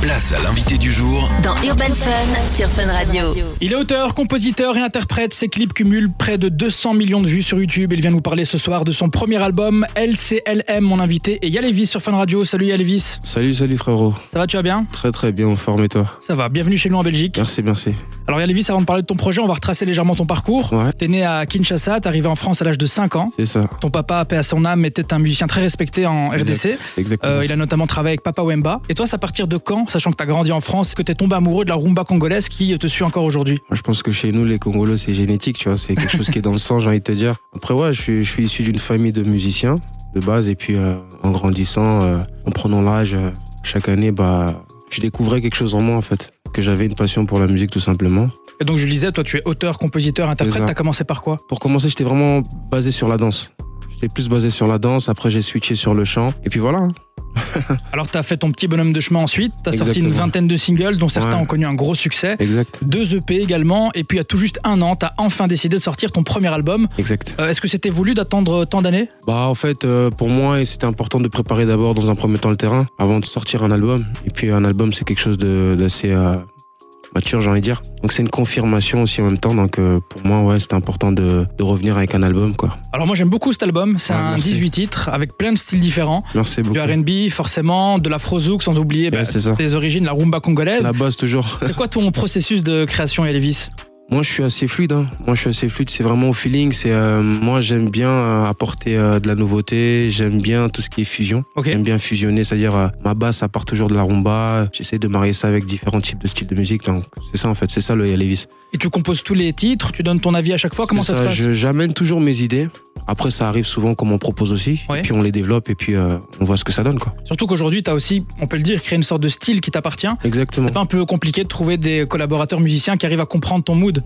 Place à l'invité du jour Dans Urban Fun sur Fun Radio. Il est auteur, compositeur et interprète. Ses clips cumulent près de 200 millions de vues sur YouTube. Il vient nous parler ce soir de son premier album, LCLM, mon invité, et Yalevis sur Fun Radio. Salut Yalevis. Salut, salut frérot. Ça va, tu vas bien Très très bien en forme et toi Ça va. Bienvenue chez nous en Belgique. Merci, merci. Alors Yalevis, avant de parler de ton projet, on va retracer légèrement ton parcours. Ouais. T'es né à Kinshasa, t'es arrivé en France à l'âge de 5 ans. C'est ça. Ton papa, paix à son âme, était un musicien très respecté en RDC. Exact- Exactement. Euh, il a notamment travaillé avec Papa Wemba. Et toi, c'est à partir de quand, sachant que t'as grandi en France, que t'es tombé amoureux de la rumba congolaise qui te suit encore aujourd'hui Moi, je pense que chez nous, les Congolais, c'est génétique, tu vois. C'est quelque chose qui est dans le sang, j'ai envie de te dire. Après, ouais, je suis, je suis issu d'une famille de musiciens de base. Et puis, euh, en grandissant, euh, en prenant l'âge, euh, chaque année, bah, je découvrais quelque chose en moi, en fait. Que j'avais une passion pour la musique, tout simplement. Et donc je le disais, toi tu es auteur, compositeur, interprète, ça. t'as commencé par quoi Pour commencer, j'étais vraiment basé sur la danse. J'étais plus basé sur la danse. Après, j'ai switché sur le chant. Et puis voilà. hein. Alors t'as fait ton petit bonhomme de chemin ensuite, t'as sorti une Exactement. vingtaine de singles dont certains Ouais. ont connu un gros succès, Exact. deux EP également, et puis il y a tout juste un an, t'as enfin décidé de sortir ton premier album. Exact. Euh, Est-ce que c'était voulu d'attendre tant d'années Bah en fait euh, pour moi c'était important de préparer d'abord dans un premier temps le terrain avant de sortir un album. Et puis un album c'est quelque chose de- d'assez euh, mature j'ai envie de dire. Donc c'est une confirmation aussi en même temps. Donc euh, pour moi ouais c'était important de, de revenir avec un album quoi. Alors moi j'aime beaucoup cet album, c'est Ouais, un merci. 18 titres avec plein de styles différents, Merci beaucoup. du R&B forcément, de la frozouk sans oublier Ouais, bah, c'est ça. tes origines, la rumba congolaise. La base toujours. C'est quoi ton processus de création Elvis Moi, je suis assez fluide. hein. Moi, je suis assez fluide. C'est vraiment au feeling. C'est euh, moi, j'aime bien euh, apporter euh, de la nouveauté. J'aime bien tout ce qui est fusion. Ok. J'aime bien fusionner, c'est-à-dire euh, ma basse, ça part toujours de la rumba. J'essaie de marier ça avec différents types de styles de musique. Donc, c'est ça en fait. C'est ça le Yalevis. Et tu composes tous les titres, tu donnes ton avis à chaque fois, comment C'est ça, se passe je- J'amène toujours mes idées. Après, ça arrive souvent comme on propose aussi. Ouais. Et puis on les développe et puis euh, on voit ce que ça donne, quoi. Surtout qu'aujourd'hui t'as aussi, on peut le dire, créé une sorte de style qui t'appartient. Exactement. C'est pas un peu compliqué de trouver des collaborateurs musiciens qui arrivent à comprendre ton mood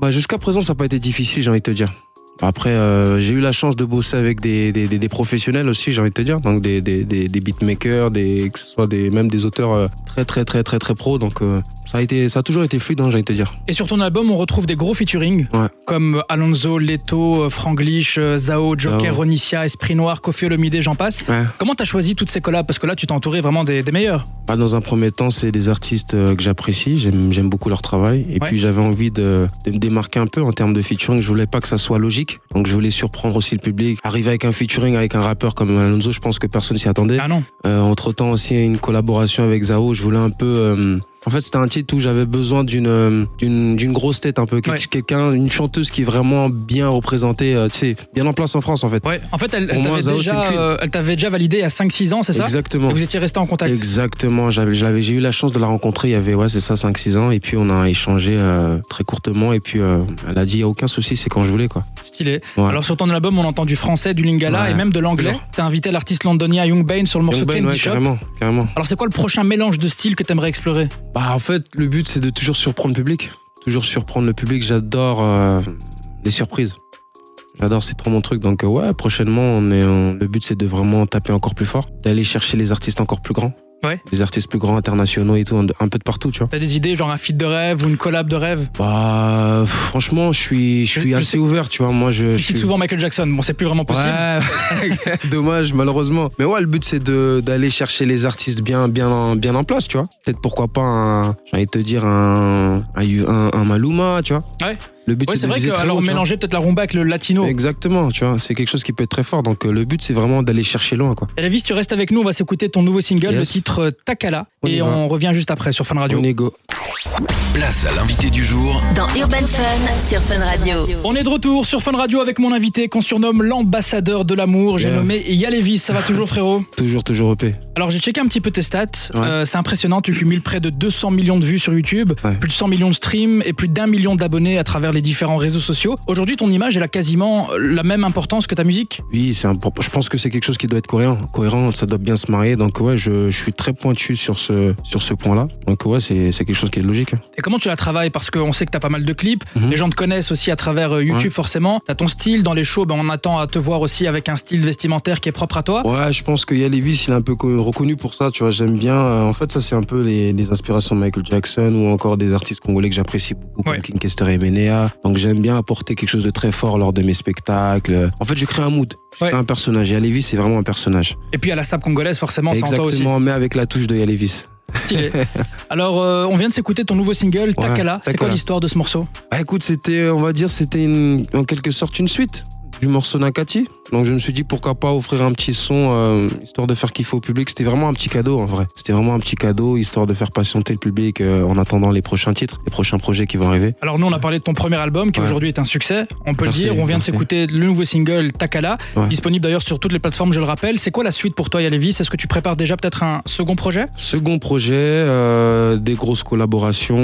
Bah, jusqu'à présent, ça n'a pas été difficile, j'ai envie de te dire. Après, euh, j'ai eu la chance de bosser avec des, des, des- des professionnels aussi, j'ai envie de te dire. Donc des, des, des, des beatmakers, des, que ce soit des, même des auteurs euh, très très très très très pro. Donc euh, ça, a été, ça a toujours été fluide, hein, j'ai envie de te dire. Et sur ton album, on retrouve des gros featuring Ouais. comme Alonso, Leto, euh, Franglish, euh, Zao, Joker, Zao. Ronicia, Esprit Noir, Kofi Olomide, j'en passe. Ouais. Comment t'as choisi toutes ces collabs Parce que là, tu t'es entouré vraiment des, des meilleurs. Bah, dans un premier temps, c'est des artistes euh, que j'apprécie, j'aime j'aime beaucoup leur travail. Et Ouais. puis j'avais envie de, de me démarquer un peu en termes de featuring. Je voulais pas que ça soit logique, donc je voulais surprendre aussi le public. Arriver avec un featuring avec un rappeur comme Alonso, je pense que personne s'y attendait. Ah non. entre temps aussi une collaboration avec Zao, je voulais un peu. euh, en fait, c'était un titre où j'avais besoin d'une euh, d'une d'une grosse tête un peu, Quel- Ouais. quelqu'un, une chanteuse qui est vraiment bien représentée, euh, tu sais, bien en place en France en fait. Ouais. En fait, elle, elle Au moins, t'avait Zao, déjà, c'est une queen. euh, elle t'avait déjà validé à 5-6 ans, c'est ça Exactement. Et vous étiez resté en contact. Exactement, j'avais, je l'avais- j'ai eu la chance de la rencontrer il y avait ouais, c'est ça 5 6 ans et puis on a échangé euh, très courtement et puis euh, elle a dit il y a aucun souci, c'est quand je voulais quoi. Stylé. Ouais. Alors sur ton album, on entend du français, du lingala Ouais. et même de l'anglais. Toujours. T'as invité l'artiste londonien Young Bane sur le morceau Young Ben, Candy ouais, Shop. carrément, carrément. Alors c'est quoi le prochain mélange de styles que t'aimerais explorer Bah en fait, le but c'est de toujours surprendre le public, toujours surprendre le public, j'adore euh, les surprises. J'adore, c'est trop mon truc. Donc euh, ouais, prochainement, on est, on- le but c'est de vraiment taper encore plus fort, d'aller chercher les artistes encore plus grands. Ouais. Les artistes plus grands internationaux et tout, un, un peu de partout, tu vois. T'as des idées genre un feat de rêve ou une collab de rêve Bah franchement, je suis, je suis Je- je assez sais- ouvert, tu vois. Moi, je, Tu je suis- cites souvent Michael Jackson, bon c'est plus vraiment possible. Ouais, dommage, malheureusement. Mais ouais, le but c'est de- d'aller chercher les artistes bien, bien, en, bien en place, tu vois. Peut-être pourquoi pas un, j'ai envie de te dire un, un, un- un Maluma, tu vois. Ouais. Le but Ouais, c'est c'est de vrai viser que très alors haut, tu vois. mélanger peut-être la rumba avec le latino. Exactement, tu vois. C'est quelque chose qui peut être très fort. Donc euh, le but c'est vraiment d'aller chercher loin, quoi. Et Elvis, tu restes avec nous, on va s'écouter ton nouveau single, le Yes. titre euh, Takala, On y et va. on revient juste après sur Fun Radio. On On est est... go. Place à l'invité du jour Dans Urban Fun sur Fun Radio. de retour sur Fun Radio avec mon invité qu'on surnomme l'ambassadeur de l'amour, j'ai Yeah. nommé Yalevis, ça va toujours frérot Toujours, toujours EP. Alors j'ai checké un petit peu tes stats, Ouais. Euh, c'est impressionnant, tu cumules près de 200 millions de vues sur YouTube, Ouais. plus de 100 millions de streams et plus d'un million d'abonnés à travers les différents réseaux sociaux. Aujourd'hui ton image elle a quasiment la même importance que ta musique. Oui, c'est un, je pense que c'est quelque chose qui doit être cohérent. Cohérent, ça doit bien se marier. Donc ouais, je, je suis très pointu sur ce, sur ce point-là. Donc ouais, c'est c'est quelque chose qui est logique. hein. Et comment tu la travailles Parce qu'on sait que t'as pas mal de clips, Mhm. les gens te connaissent aussi à travers euh, YouTube Ouais. forcément, t'as ton style, dans les shows ben, on attend à te voir aussi avec un style vestimentaire qui est propre à toi. Ouais, je pense que Yalevis, il est un peu co- reconnu pour ça, tu vois. J'aime bien. euh, en fait, ça, c'est un peu les, les inspirations de Michael Jackson ou encore des artistes congolais que j'apprécie beaucoup, Ouais. comme King Kester et Menea. Donc, j'aime bien apporter quelque chose de très fort lors de mes spectacles. En fait, je crée un mood. Je Ouais. crée un personnage. Yalevis, c'est vraiment un personnage. Et puis à la sable congolaise forcément, c'est en toi aussi. Exactement, mais avec la touche de Yalevis. stylé. Alors, euh, on vient de s'écouter ton nouveau single, Takala. C'est quoi Takala. l'histoire de ce morceau Bah écoute, c'était, euh, on va dire, c'était une- en quelque sorte une suite du morceau Nakati. Donc je me suis dit pourquoi pas offrir un petit son euh, histoire de faire kiffer au public. C'était vraiment un petit cadeau en vrai. C'était vraiment un petit cadeau histoire de faire patienter le public euh, en attendant les prochains titres, les prochains projets qui vont arriver. Alors nous on a parlé de ton premier album qui Ouais. aujourd'hui est un succès, on peut Merci, le dire, on vient merci. de s'écouter le nouveau single Takala, Ouais. disponible d'ailleurs sur toutes les plateformes je le rappelle. C'est quoi la suite pour toi Yalevis Est-ce que tu prépares déjà peut-être un second projet Second projet, euh, des grosses collaborations,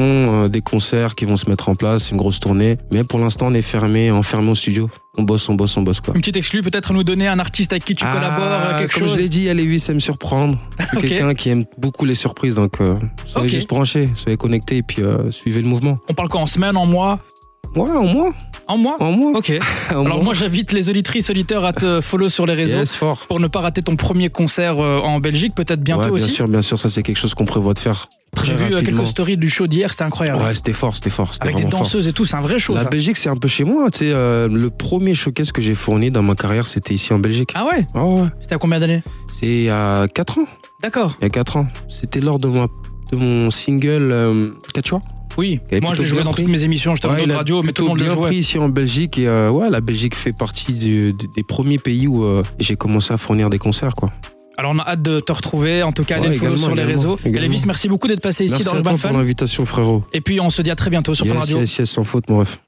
euh, des concerts qui vont se mettre en place, une grosse tournée. Mais pour l'instant, on est fermé, enfermé au studio. On bosse, on bosse, on bosse quoi. Une petite exclue peut-être à nous donner un artiste avec qui tu collabores, euh, Ah, quelque comme je chose l'ai dit, allez, oui, c'est me surprendre. Je suis Ok. quelqu'un qui aime beaucoup les surprises, donc euh, soyez Ok. juste branchés, soyez connectés et puis euh, suivez le mouvement. On parle quoi en semaine, en mois Ouais, en moi, En mois en moi. Ok. en Alors moi. moi j'invite les auditrices auditeurs à te follow sur les réseaux Yes, fort. pour ne pas rater ton premier concert euh, en Belgique, peut-être bientôt Ouais, bien aussi. sûr, bien sûr, ça c'est quelque chose qu'on prévoit de faire. Très J'ai vu euh, rapidement. quelques stories du show d'hier, c'était incroyable. Ouais, c'était fort, c'était fort, c'était avec des vraiment fort. danseuses hein. et tout, c'est un vrai show. La ça. Belgique, c'est un peu chez moi. Tu sais, euh, le premier showcase que j'ai fourni dans ma carrière, c'était ici en Belgique. Ah ouais Ah ouais. C'était à combien d'années C'est il y a 4 ans. D'accord. Il y a 4 ans. C'était lors de, ma, de mon single euh, Quechua. Oui, Il avait moi je plutôt l'ai joué bien dans pris. toutes mes émissions, j'étais Ouais, en il a radio, mais tout le plutôt monde le bien jouait. pris ici en Belgique. Et euh, ouais, la Belgique fait partie du- du- des premiers pays où euh, j'ai commencé à fournir des concerts. Quoi. Alors on a hâte de te retrouver, en tout cas, allez Ouais, le follow également, sur les également, réseaux. également. Lévis, merci beaucoup d'être passé ici Merci dans à Urban toi pour Fun. l'invitation, frérot. Et puis on se dit à très bientôt sur Fun Yes, Radio. yes, yes, sans faute, mon ref.